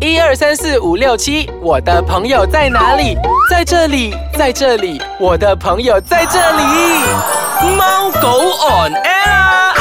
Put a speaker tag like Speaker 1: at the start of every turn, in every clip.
Speaker 1: 一二三四五六七，我的朋友在哪里？在这里，在这里，我的朋友在这里。
Speaker 2: 猫狗 on air 啊！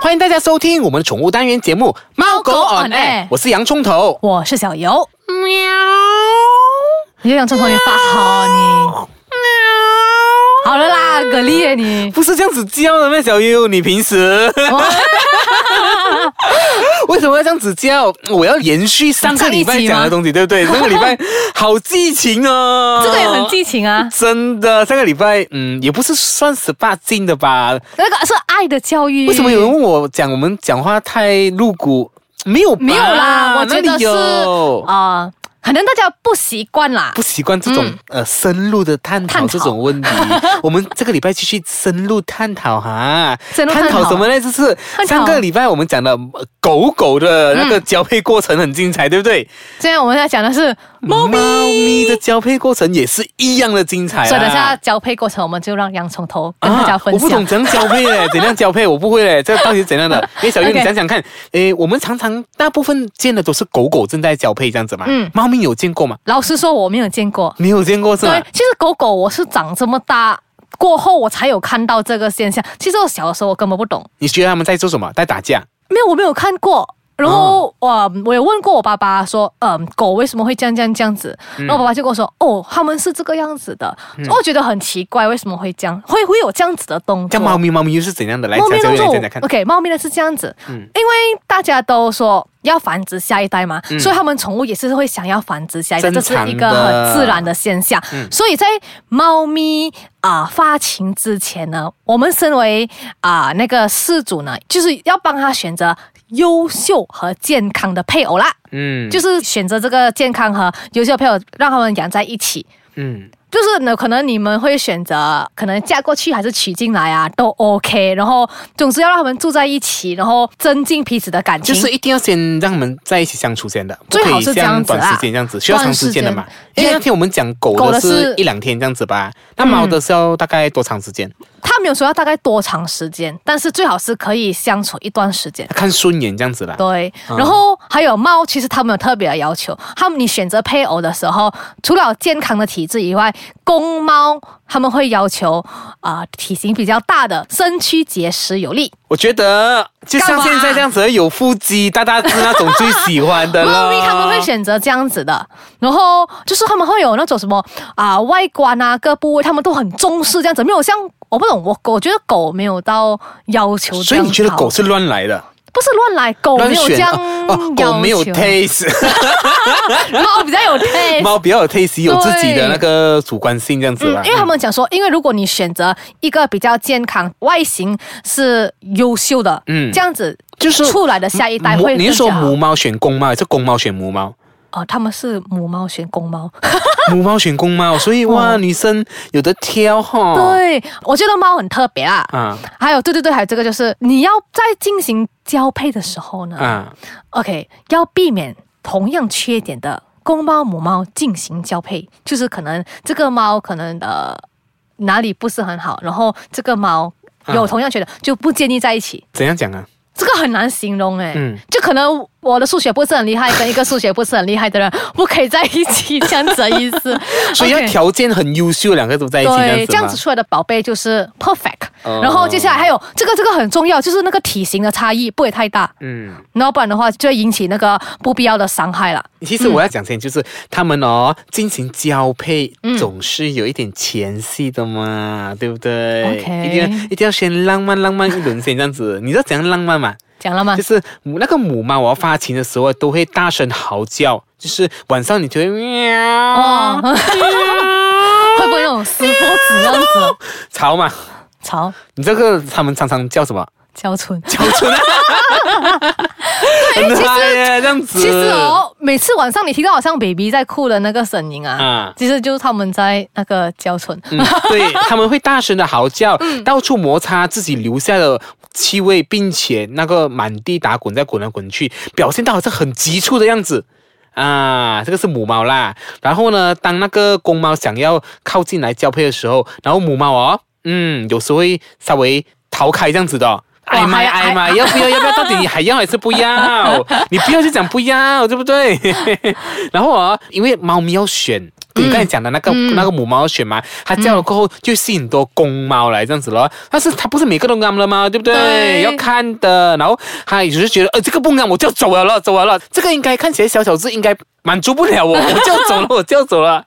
Speaker 3: 欢迎大家收听我们的宠物单元节目《猫狗 on
Speaker 4: on air》，
Speaker 3: air 哎我是洋葱头。
Speaker 4: 哎我是小游。喵！你就用正头你发好你。好了啦，蛤蜊耶你。
Speaker 3: 不是这样子叫的咩，小优？你平时为什么要这样子叫？我要延续上个礼拜讲的东西，对不对？上个礼 拜好激情哦，
Speaker 4: 这个也很。激情啊，
Speaker 3: 真的，上个礼拜，嗯，也不是算十八禁的吧？
Speaker 4: 那个是爱的教育。
Speaker 3: 为什么有人问我讲我们讲话太露骨？没有吧，
Speaker 4: 没有啦？我
Speaker 3: 哪
Speaker 4: 觉
Speaker 3: 啊里
Speaker 4: 得是
Speaker 3: 有
Speaker 4: 啊、呃可能大家不习惯啦
Speaker 3: 不。习惯这种、呃深入的探
Speaker 4: 嗯
Speaker 3: 讨
Speaker 4: 探讨
Speaker 3: 这种 问题。我们这个礼拜继续深入探讨哈，
Speaker 4: 深入探讨
Speaker 3: 什么呢？就是
Speaker 4: 探讨嗯
Speaker 3: 上个礼拜我们讲的呃狗狗的那个交配过程很精彩，对不对？
Speaker 4: 现在我们在讲的是
Speaker 3: 嗯
Speaker 4: 猫咪，
Speaker 3: 咪的交配过程也是一样的精彩、啊。
Speaker 4: 所以等下交配过程，我们就让洋葱头跟大家分
Speaker 3: 啊我不
Speaker 4: 享。
Speaker 3: 懂怎样交配嘞，怎样交配我不会 嘞，这到底是怎样的？哎，小月，
Speaker 4: OK
Speaker 3: 你想想看，诶，我们常常大部分见的都是狗狗正在交配这样子嘛，
Speaker 4: 嗯
Speaker 3: 猫咪有见过吗？
Speaker 4: 老实说，我没有见过。
Speaker 3: 没有见过是啊吗
Speaker 4: 对？，其实狗狗我是长这么大过后，我才有看到这个现象。其实我小的时候我根本不懂，
Speaker 3: 你觉得他们在做什么？在打架？
Speaker 4: 没有我没有看过。然后我、呃我也问过我爸爸说，嗯，狗为什么会这样这样这样子？然后我爸爸就跟我说，哦，他们是这个样子的。我觉得很奇怪，为什么会这样？会会有这样子的动作？
Speaker 3: 像猫咪，猫咪又是怎样的？来，
Speaker 4: 猫
Speaker 3: 小
Speaker 4: 咪
Speaker 3: 月
Speaker 4: 的
Speaker 3: 来
Speaker 4: 肉
Speaker 3: 讲讲看。嗯
Speaker 4: ，OK，猫咪呢是这样子，因为大家都说要繁殖下一代嘛，
Speaker 3: 嗯
Speaker 4: 所以他们宠物也是会想要繁殖下一代，这
Speaker 3: 正
Speaker 4: 是
Speaker 3: 常的嗯
Speaker 4: 一个很自然的现象。所以在猫咪啊、发情之前呢，我们身为啊、那个饲主呢，就是要帮他选择优秀和健康的配偶啦，
Speaker 3: 嗯，
Speaker 4: 就是选择这个健康和优秀的配偶，让他们养在一起。
Speaker 3: 嗯，
Speaker 4: 就是呢，可能你们会选择可能嫁过去还是娶进来啊，都 OK。然后总之要让他们住在一起，然后增进彼此的感情。
Speaker 3: 就是一定要先让他们在一起相处先的，不
Speaker 4: 最
Speaker 3: 可
Speaker 4: 好
Speaker 3: 以
Speaker 4: 是这
Speaker 3: 像
Speaker 4: 样子
Speaker 3: 短
Speaker 4: 啦
Speaker 3: 时间这样子，需要长时间的嘛
Speaker 4: 短。时
Speaker 3: 因
Speaker 4: 间
Speaker 3: 为那天我们讲狗
Speaker 4: 狗
Speaker 3: 的
Speaker 4: 的
Speaker 3: 是
Speaker 4: 是嗯
Speaker 3: 一两天这样子吧，那猫的是要大概多长时间？
Speaker 4: 他没有说要大概多长时间，但是最好是可以相处一段时间。
Speaker 3: 看顺眼这样子啦。
Speaker 4: 对，
Speaker 3: 啊
Speaker 4: 然后还有猫，其实他们有特别的要求。他们你选择配偶的时候，除了健康的体质以外，公猫他们会要求啊、体型比较大的，身躯结实有力。
Speaker 3: 我觉得就像现在这样子，有腹肌、大大只那种最喜欢的了。
Speaker 4: 猫咪他们会选择这样子的，然后就是他们会有那种什么啊、外观啊各部位，他们都很重视这样子，没有像我不懂我我觉得狗没有到要求这
Speaker 3: 所以
Speaker 4: 样
Speaker 3: 你觉得
Speaker 4: 好
Speaker 3: 狗是乱来的，
Speaker 4: 不是乱来，狗
Speaker 3: 乱
Speaker 4: 没有这
Speaker 3: 选
Speaker 4: 样
Speaker 3: 哦
Speaker 4: 要
Speaker 3: 哦
Speaker 4: 求，
Speaker 3: 狗没有 taste，
Speaker 4: 猫比较有 taste，
Speaker 3: 猫比较有 taste，有自己的
Speaker 4: 对
Speaker 3: 那个主观性这样子
Speaker 4: 嗯
Speaker 3: 啦。，
Speaker 4: 因为他们讲说，因为如果你选择一个比较健康、外形是优秀的，
Speaker 3: 嗯
Speaker 4: 嗯，这样子
Speaker 3: 就是
Speaker 4: 出来的下一代
Speaker 3: 嗯母
Speaker 4: 会
Speaker 3: 你是
Speaker 4: 更
Speaker 3: 说
Speaker 4: 加好
Speaker 3: 母猫选公猫，还是公猫选 母猫？
Speaker 4: 哦，他们是母猫选公猫，
Speaker 3: 母猫选公猫，所以哇，女生有的挑哈。，
Speaker 4: 哦对我觉得猫很特别啊，
Speaker 3: 哦啊
Speaker 4: 还有，对对对，还有这个就是你要在进行交配的时候呢、
Speaker 3: 啊，
Speaker 4: o k 要避免同样缺点的公猫母猫进行交配，就是可能这个猫可能呃哪里不是很好，然后这个猫有同样缺点、就不建议在一起，
Speaker 3: 怎样讲啊？
Speaker 4: 这个很难形容哎、
Speaker 3: 嗯。
Speaker 4: 就可能我的数学不是很厉害，跟一个数学不是很厉害的人不可以在一起，这样子的意思
Speaker 3: 所以要
Speaker 4: OK
Speaker 3: 条件很优秀，两个都在一起这样
Speaker 4: 对，
Speaker 3: 子
Speaker 4: 这样
Speaker 3: 吗
Speaker 4: 子？出来的宝贝就是 perfect、
Speaker 3: 哦
Speaker 4: 然后接下来还有这个这个很重要，就是那个体型的差异不会太大，
Speaker 3: 嗯，
Speaker 4: 然后不然的话就会引起那个不必要的伤害了。
Speaker 3: 其实我要讲先，就是他们哦进行交配总是有一点前戏的嘛，对不对
Speaker 4: 嗯 OK
Speaker 3: 一定要一定要先浪漫浪漫一轮先这样子，你知道怎样浪漫嘛？
Speaker 4: 讲了吗
Speaker 3: 就？是母那个母猫，我要发情的时候都会大声嚎叫，就是晚上你就会喵
Speaker 4: 哦，会不会那种死佛子这样子？
Speaker 3: 吵嘛。
Speaker 4: 吵
Speaker 3: 你这个他们常常叫什么？
Speaker 4: 娇春。
Speaker 3: 叫 春啊， 很嗨耶，这样子。
Speaker 4: 其实，哦，每次晚上你听到好像 baby 在哭的那个声音啊，
Speaker 3: 啊
Speaker 4: 其实就是他们在那个娇春。
Speaker 3: 嗯，对，他们会大声的嚎叫，到处摩擦自己留下的气味，并且那个满地打滚，再滚来滚去，表现到好像很急促的样子。啊，这个是母猫啦。然后呢，当那个公猫想要靠近来交配的时候，然后母猫哦，嗯，有时候会稍微逃开这样子的哦。哎
Speaker 4: 哇
Speaker 3: 妈
Speaker 4: 还
Speaker 3: 呀哎妈，
Speaker 4: 还
Speaker 3: 要不要要不要？到底你还要还是不要？你不要就讲不要，对不对？ 然后啊，因为猫咪要选。你刚才讲的那个、
Speaker 4: 嗯
Speaker 3: 那个母猫要选嘛，它叫了过后就吸引多公猫来这样子咯。但是它不是每个都安了吗？对不对？
Speaker 4: 对
Speaker 3: 要看的。然后它有时觉得，呃，这个不安，我就要走了了，走了了。这个应该看起来小小只，应该满足不 了我，我就要走了，我就要走了。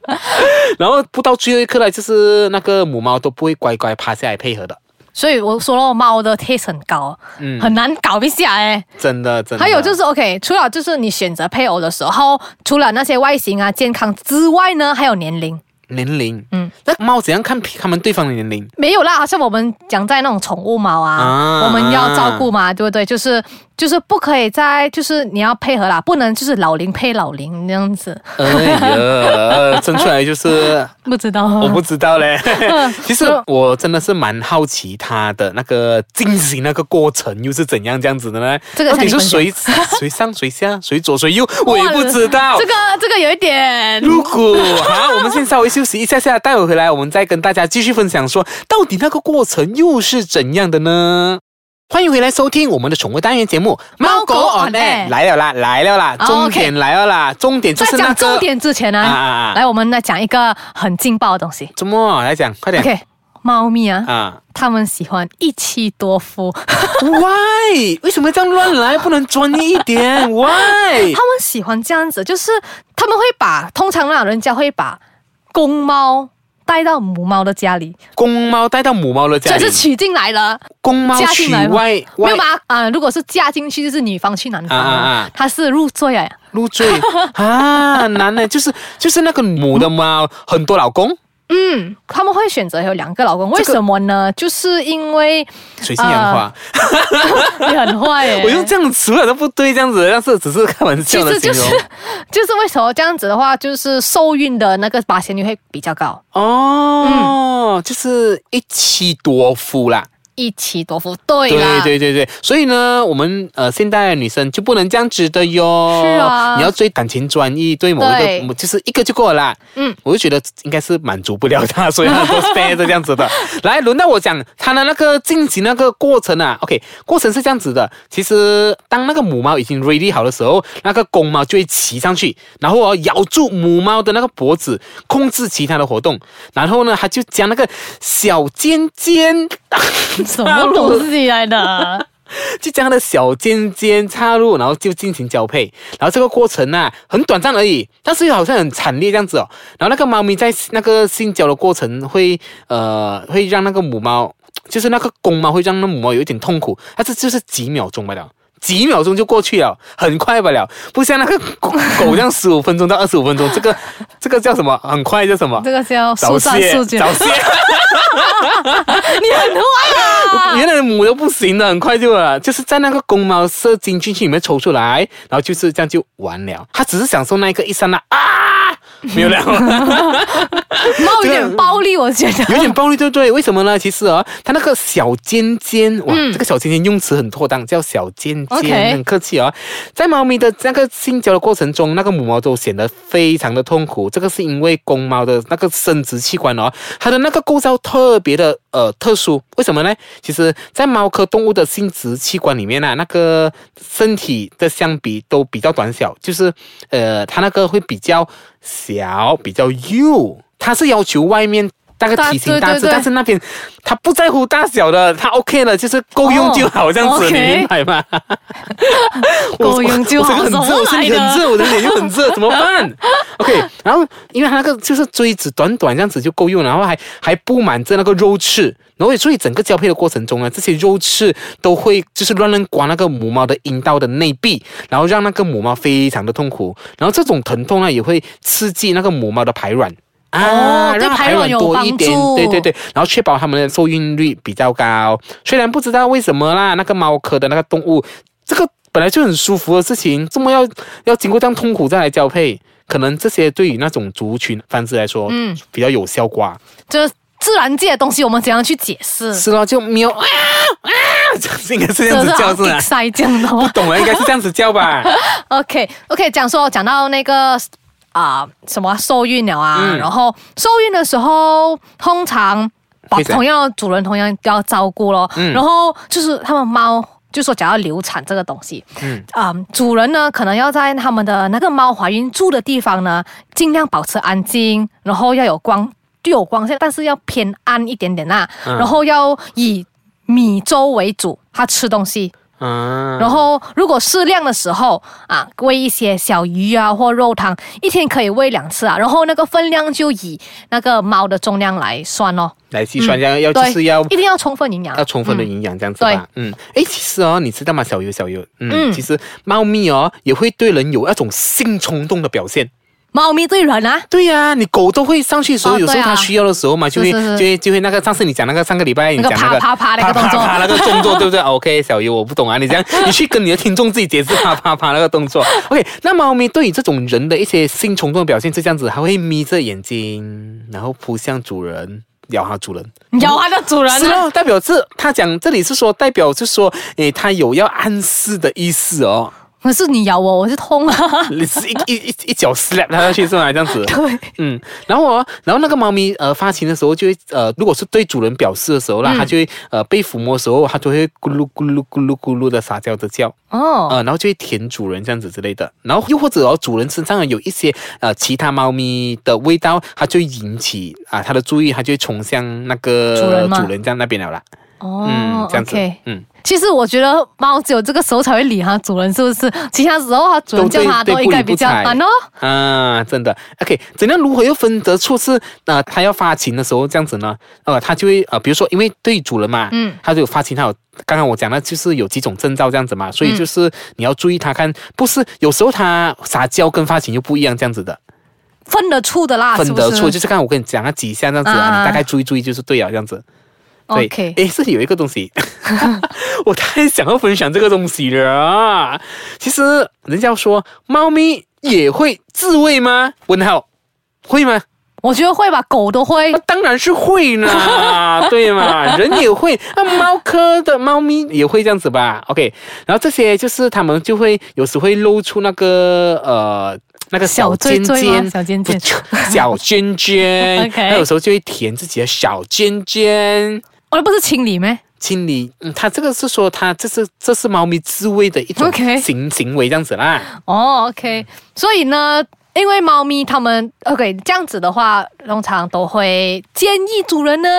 Speaker 3: 然后不到最后一刻呢，就是那个母猫都不会乖乖趴下来配合的。
Speaker 4: 所以我说了，猫的 taste 很高，
Speaker 3: 嗯
Speaker 4: 很难搞一下哎、
Speaker 3: 真的，真的。
Speaker 4: 还有就是 OK，除了就是你选择配偶的时候，除了那些外形啊、健康之外呢，还有年龄。
Speaker 3: 年龄，
Speaker 4: 嗯
Speaker 3: 嗯，那猫怎样看他们对方 的年龄？
Speaker 4: 没有啦，好像我们讲在那种宠物猫啊，
Speaker 3: 啊
Speaker 4: 我们要照顾嘛，对不对？就是就是不可以再就是你要配合啦，不能就是老龄配老龄那样子，
Speaker 3: 哎 呀，呃生出来就是
Speaker 4: 不知道。
Speaker 3: 我不知道嘞。
Speaker 4: 嗯
Speaker 3: 其实我真的是蛮好奇它的那个进行那个过程又是怎样这样子的呢？
Speaker 4: 这个
Speaker 3: 到
Speaker 4: 才
Speaker 3: 底
Speaker 4: 是
Speaker 3: 是
Speaker 4: 关
Speaker 3: 谁谁上谁下谁左谁右，我也不知道
Speaker 4: 这。个这个有一点，
Speaker 3: 如果好，我们先稍微休息一下下，待会回来我们再跟大家继续分享说，到底那个过程又是怎样的呢？欢迎回来收听我们的宠物单元节目《猫狗
Speaker 4: 猫狗
Speaker 3: on
Speaker 4: on
Speaker 3: air》
Speaker 4: air
Speaker 3: 来了啦，来了啦，
Speaker 4: 哦
Speaker 3: 终点来了啦，终点就
Speaker 4: 在
Speaker 3: 是那
Speaker 4: 讲重
Speaker 3: 个
Speaker 4: 点之前呢、
Speaker 3: 啊啊啊
Speaker 4: 来我们来讲一个很劲爆的东西。
Speaker 3: 怎么来讲，快点
Speaker 4: OK，猫咪啊，
Speaker 3: 啊
Speaker 4: 它们喜欢一妻多夫，它
Speaker 3: ？Why？为什么这样乱来？不能专业一 点？Why？
Speaker 4: 们喜欢这样子，就是他们会把通常啦，人家会把公猫带到母猫的家里，
Speaker 3: 公猫带到母猫的家
Speaker 4: 这是，
Speaker 3: 里
Speaker 4: 娶进来了。
Speaker 3: 公猫
Speaker 4: 嫁
Speaker 3: 娶
Speaker 4: 进来吗
Speaker 3: 外
Speaker 4: 没
Speaker 3: 外
Speaker 4: 有吗？啊、如果是嫁进去，就是女方去男方
Speaker 3: 啊啊
Speaker 4: 啊
Speaker 3: 啊，
Speaker 4: 他是入赘啊，
Speaker 3: 入赘 啊，男的，就是就是那个母的猫，很多老公，
Speaker 4: 嗯，他们会选择有两个老公，为什么呢？就是因为
Speaker 3: 水性杨
Speaker 4: 啊
Speaker 3: 花。
Speaker 4: 你很坏耶、
Speaker 3: 我用这样的词了啊都不对，这样子，但是只是开玩
Speaker 4: 其
Speaker 3: 笑的
Speaker 4: 实
Speaker 3: 形
Speaker 4: 就
Speaker 3: 容
Speaker 4: 是。 就是为什么这样子的话，就是受孕的那个八仙率会比较高，
Speaker 3: 哦，就是一妻多夫啦。
Speaker 4: 一妻多夫，对
Speaker 3: 对
Speaker 4: 啦，
Speaker 3: 对对对，所以呢，我们呃现代的女生就不能这样子的哟。
Speaker 4: 是啊
Speaker 3: 你要追感情专一，对某一
Speaker 4: 对
Speaker 3: 个某就是一个就够了啦。
Speaker 4: 嗯，
Speaker 3: 我就觉得应该是满足不了她，所 以她都 stay 着这样子的。来，轮到我讲她的那个进行那个过程啊，OK，过程是这样子的。其实当那个母猫已经 ready 好的时候，那个公猫就会骑上去，然后哦咬住母猫的那个脖子，控制其他的活动。然后呢，它就将那个小尖尖
Speaker 4: 什么东西 来的？
Speaker 3: 就将它的小尖尖插入，然后就进行交配。然后这个过程呢、很短暂而已，但是又好像很惨烈这样子哦。然后那个猫咪在那个性交的过程会，呃，会让那个母猫，就是那个公猫会让那母猫有一点痛苦，但是就是几秒钟罢了。几秒钟就过去了，很快罢了，不像那个狗狗这样十五分钟到二十五分钟，这个这个叫什么？很快叫什么？
Speaker 4: 这个叫速
Speaker 3: 早
Speaker 4: 战
Speaker 3: 泄
Speaker 4: 速决，
Speaker 3: 早泄。
Speaker 4: 你很坏啊！
Speaker 3: 原来的母的不行的，很快就了，就是在那个公猫射精进去里面抽出来，然后就是这样就完了。它只是享受那一个一刹那啊，没有了，
Speaker 4: 猫有
Speaker 3: 这
Speaker 4: 点
Speaker 3: 个
Speaker 4: 暴力，我觉得。
Speaker 3: 有点暴力，对不对？为什么呢？其实啊、它那个小尖尖，哇，这个小尖尖用词很妥当，叫小尖尖
Speaker 4: OK
Speaker 3: 很客气哦。在猫咪的那个性交的过程中，那个母猫都显得非常的痛苦，这个是因为公猫的那个生殖器官哦，它的那个构造特别的呃特殊，为什么呢？其实，在猫科动物的生殖器官里面啊，那个身体的相比都比较短小，就是呃，它那个会比较小，比较幼，它是要求外面。大概
Speaker 4: 大
Speaker 3: 体型
Speaker 4: 对
Speaker 3: 大
Speaker 4: 对
Speaker 3: 致，
Speaker 4: 对
Speaker 3: 但是那边它不在乎大小的，它 OK 了，就是够用就好，
Speaker 4: 哦
Speaker 3: 这样子
Speaker 4: OK
Speaker 3: 你明 白吗？
Speaker 4: 够用就好
Speaker 3: 我这个很热，我身体很热，我的脸又很热，怎 么办？OK，然后因为它那个就是锥子短短这样子就够用了，然后还还布满着那个肉翅，然后所以整个交配的过程中呢，这些肉翅都会就是乱乱刮那个母猫的阴道的内壁，然后让那个母猫非常的痛苦，然后这种疼痛呢也会刺激那个母猫的排卵。啊，
Speaker 4: 哦对
Speaker 3: 让
Speaker 4: 排
Speaker 3: 排
Speaker 4: 卵
Speaker 3: 卵
Speaker 4: 有
Speaker 3: 多
Speaker 4: 帮
Speaker 3: 一点，
Speaker 4: 助
Speaker 3: 对对对，然后确保它们的受孕率比较高。虽然不知道为什么啦，那个猫科的那个动物，这个本来就很舒服的事情，怎么要要经过这样痛苦再来交配？可能这些对于那种族群繁殖来说，
Speaker 4: 嗯
Speaker 3: 嗯，比较有效果。
Speaker 4: 就是自然界的东西，我们怎样去解释？
Speaker 3: 是咯，就喵啊啊，这样子应该是这样
Speaker 4: 真
Speaker 3: 子
Speaker 4: 的
Speaker 3: 叫
Speaker 4: 好
Speaker 3: 是 吧？
Speaker 4: 塞这样的吗
Speaker 3: 不懂了，应该是这样子叫吧？
Speaker 4: OK OK，讲说讲到那个啊、什么受孕了啊，
Speaker 3: 嗯
Speaker 4: 然后受孕的时候通常把
Speaker 3: 会怎样
Speaker 4: 同样主人同样都要照顾咯。
Speaker 3: 嗯
Speaker 4: 然后就是他们猫。就说讲要流产这个东西，
Speaker 3: 嗯
Speaker 4: 啊、主人呢可能要在他们的那个猫怀孕住的地方呢，尽量保持安静，然后要有光，就有光线，但是要偏暗一点点啦、
Speaker 3: 嗯
Speaker 4: 然后要以米粥为主，它吃东西，
Speaker 3: 啊，
Speaker 4: 然后如果适量的时候啊，喂一些小鱼啊或肉汤，一天可以喂两次啊。然后那个分量就以那个猫的重量来算哦。
Speaker 3: 来计算这样，呃要就
Speaker 4: 对，
Speaker 3: 是要
Speaker 4: 一定要充分营养，
Speaker 3: 要充分的营养这样子吧。嗯，哎，其实哦，你知道吗，小游小游，嗯，
Speaker 4: 嗯
Speaker 3: 其实猫咪哦也会对人有那种性冲动的表现。
Speaker 4: 猫咪对人啊，
Speaker 3: 对呀、你狗都会上去的时候，
Speaker 4: 哦
Speaker 3: 有时候
Speaker 4: 对啊
Speaker 3: 它需要的时候嘛，就会
Speaker 4: 是是是
Speaker 3: 就会就会那个上次你讲那个上个礼拜你
Speaker 4: 那个
Speaker 3: 讲那个
Speaker 4: 啪啪啪那个动作
Speaker 3: 啪啪啪那个 动作对不对？OK，小游我不懂啊，你这样 你去跟你的听众自己解释 啪啪啪那个动作。OK，那猫咪对于这种人的一些性冲动的表现是这样子，它会眯着眼睛，然后扑向主人，咬它主人。
Speaker 4: 咬它的主人
Speaker 3: 嗯是
Speaker 4: 啊。
Speaker 3: 哦，代表这他讲这里是说代表是说，诶，他有要暗示的意思 哦，
Speaker 4: 可是你咬我，我是痛啊。
Speaker 3: 你是一一一一脚 slap 他下去是吗？这 样子，
Speaker 4: 对，
Speaker 3: 嗯，然后哦，然后那个猫咪呃发情的时候就会呃，如果是对主人表示的时候啦，
Speaker 4: 嗯
Speaker 3: 它就会呃被抚摸的时候，它就会咕噜咕噜咕噜咕噜的撒娇的叫，
Speaker 4: 哦，
Speaker 3: 呃，然后就会舔主人这样子之类的，然后又或者哦，主人身上有一些呃其他猫咪的味道，它就会引起啊、它的注意，它就会冲向那个
Speaker 4: 主人吗
Speaker 3: 主人这样那边了啦，嗯
Speaker 4: 哦，
Speaker 3: 这样子
Speaker 4: OK
Speaker 3: 嗯。
Speaker 4: 其实我觉得猫只有这个时候才会理它主人，是不是？其他时候它主人叫它
Speaker 3: 都对
Speaker 4: 都应该
Speaker 3: 对不
Speaker 4: 比
Speaker 3: 理不
Speaker 4: 较
Speaker 3: 睬
Speaker 4: 啊喏。
Speaker 3: 啊，真的。OK，怎样如何又分得出是呃，它要发情的时候这样子呢？呃，它就会呃，比如说，因为对主人嘛，
Speaker 4: 嗯，
Speaker 3: 它就有发情，它有刚刚我讲的就是有几种征兆这样子嘛，
Speaker 4: 嗯
Speaker 3: 所以就是你要注意它看，不是有时候它撒娇跟发情又不一样这样子的，
Speaker 4: 分得出的啦，
Speaker 3: 分得
Speaker 4: 是
Speaker 3: 出
Speaker 4: 不是
Speaker 3: 啊就是刚刚我跟你讲那几项这样子啊，
Speaker 4: 啊啊
Speaker 3: 你大概注意注意就是对了这样子。对
Speaker 4: OK，
Speaker 3: 诶，这里有一个东西， 我太想要分享这个东西了啊。其实人家说猫咪也会自慰吗？问号，会吗？
Speaker 4: 我觉得会吧，狗都会
Speaker 3: 那。当然是会啦，对嘛？ 人也会，那猫科的猫咪也会这样子吧？OK，然后这些就是它们就会有时会露出那个呃那个
Speaker 4: 小
Speaker 3: 尖
Speaker 4: 尖尖
Speaker 3: 尖
Speaker 4: 吗，小尖 哦尖
Speaker 3: 小尖尖，
Speaker 4: OK
Speaker 3: 它有时候就会舔自己的小尖尖。
Speaker 4: 我那不是清理咩？
Speaker 3: 清理，嗯，它这个是说它这是这是猫咪自慰的一种
Speaker 4: OK
Speaker 3: 行行为这样子啦，
Speaker 4: 哦，OK，所以呢，因为猫咪它们 OK 这样子的话，通常都会建议主人呢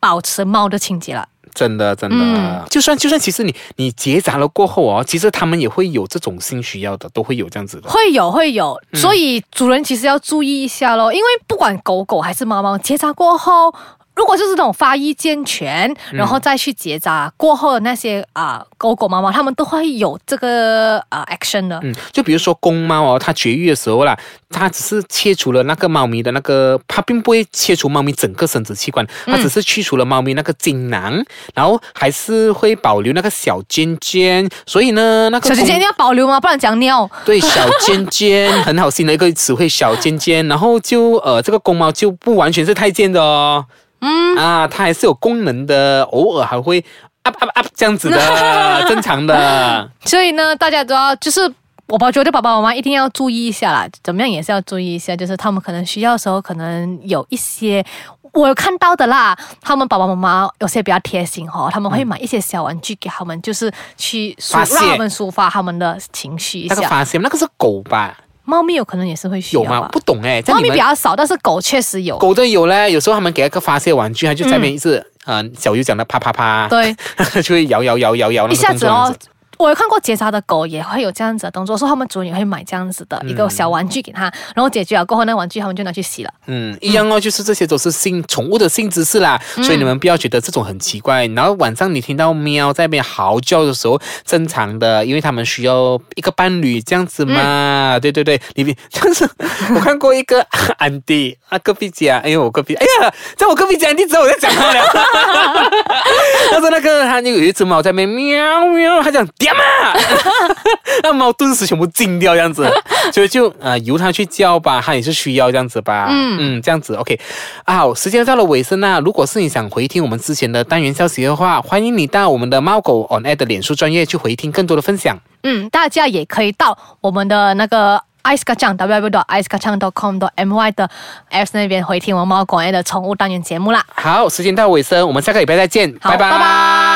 Speaker 4: 保持猫的清洁了。
Speaker 3: 真的真的，
Speaker 4: 嗯
Speaker 3: 就算就算其实你你结扎了过后哦，其实它们也会有这种性需要的，都会有这样子的。
Speaker 4: 会有会有，所以主人其实要注意一下咯，因为不管狗狗还是猫猫，结扎过后。如果就是那种发育健全，然后再去结扎过后的那些啊、狗狗、猫猫，它们都会有这个啊、action 的。
Speaker 3: 嗯，就比如说公猫哦，它绝育的时候啦，它只是切除了那个猫咪的那个，它并不会切除猫咪整个生殖器官，它只是去除了猫咪那个精囊，然后还是会保留那个小尖尖，所以呢，那个
Speaker 4: 小姐
Speaker 3: 公
Speaker 4: 姐一定要保留吗？不然讲尿。
Speaker 3: 对，小尖尖很好新的一个词汇，小尖尖。然后就呃，这个公猫就不完全是太监的哦，嗯啊，它还是有功能的，偶尔还会 up up up 这样子的， 正常的。
Speaker 4: 所以呢，大家都要就是。我爸觉得爸爸妈妈一定要注意一下啦，怎么样也是要注意一下，就是他们可能需要的时候，可能有一些我有看到的啦，他们爸爸妈妈有些比较贴心哦，他们会买一些小玩具给他们，就是去抒
Speaker 3: 发泄
Speaker 4: 让他们抒发他们的情绪 一
Speaker 3: 那个
Speaker 4: 下。
Speaker 3: 发现那个是狗吧？
Speaker 4: 猫咪有可能也是会需要
Speaker 3: 有
Speaker 4: 吧
Speaker 3: 吗？不懂哎、在
Speaker 4: 猫
Speaker 3: 你
Speaker 4: 咪比
Speaker 3: 们
Speaker 4: 较少，但是狗确实有。
Speaker 3: 狗的有嘞，有时候他们给它个发泄玩具，它就在那边一直。嗯，小鱼讲的啪啪啪，
Speaker 4: 对，
Speaker 3: 就会摇摇摇摇摇，那
Speaker 4: 一
Speaker 3: 个
Speaker 4: 下
Speaker 3: 动
Speaker 4: 子
Speaker 3: 作样
Speaker 4: 哦，我有看过结扎的狗也会有这样子的动作，说他们主人也会买这样子的一个小玩具给他，然后解决了过后，那玩具他们就拿去洗了。
Speaker 3: 嗯，一样哦，就是这些都是性宠物的性知识啦，所以你们不要觉得这种很奇怪。然后晚上你听到喵在那边嚎叫的时候，正常的，因为他们需要一个伴侣这样子嘛，对对对，你别。但是我看过一个安迪啊，隔壁家，哎呦我隔壁，哎呀，在我隔壁家安迪知道我在讲他了。他说那个他就有一只猫在那边喵喵，他讲点啊， 那猫顿时全部惊掉这样 子，所以就呃由它去叫吧，它也是需要这样子吧，嗯嗯这样子 OK 啊，好时间到了尾声啦、如果是你想回听我们之前的单元消息的话，欢迎你到我们的猫狗 on air 的脸书专业去回听更多的分享。
Speaker 4: 嗯，大家也可以到我们的那个 ice 卡酱 w w w ice 卡酱 .com my 的 apps 那边回听我猫狗爱的宠物单元节目啦。
Speaker 3: 好，时间到尾声，我们下个礼拜再见，
Speaker 4: 好，拜
Speaker 3: 拜
Speaker 4: 拜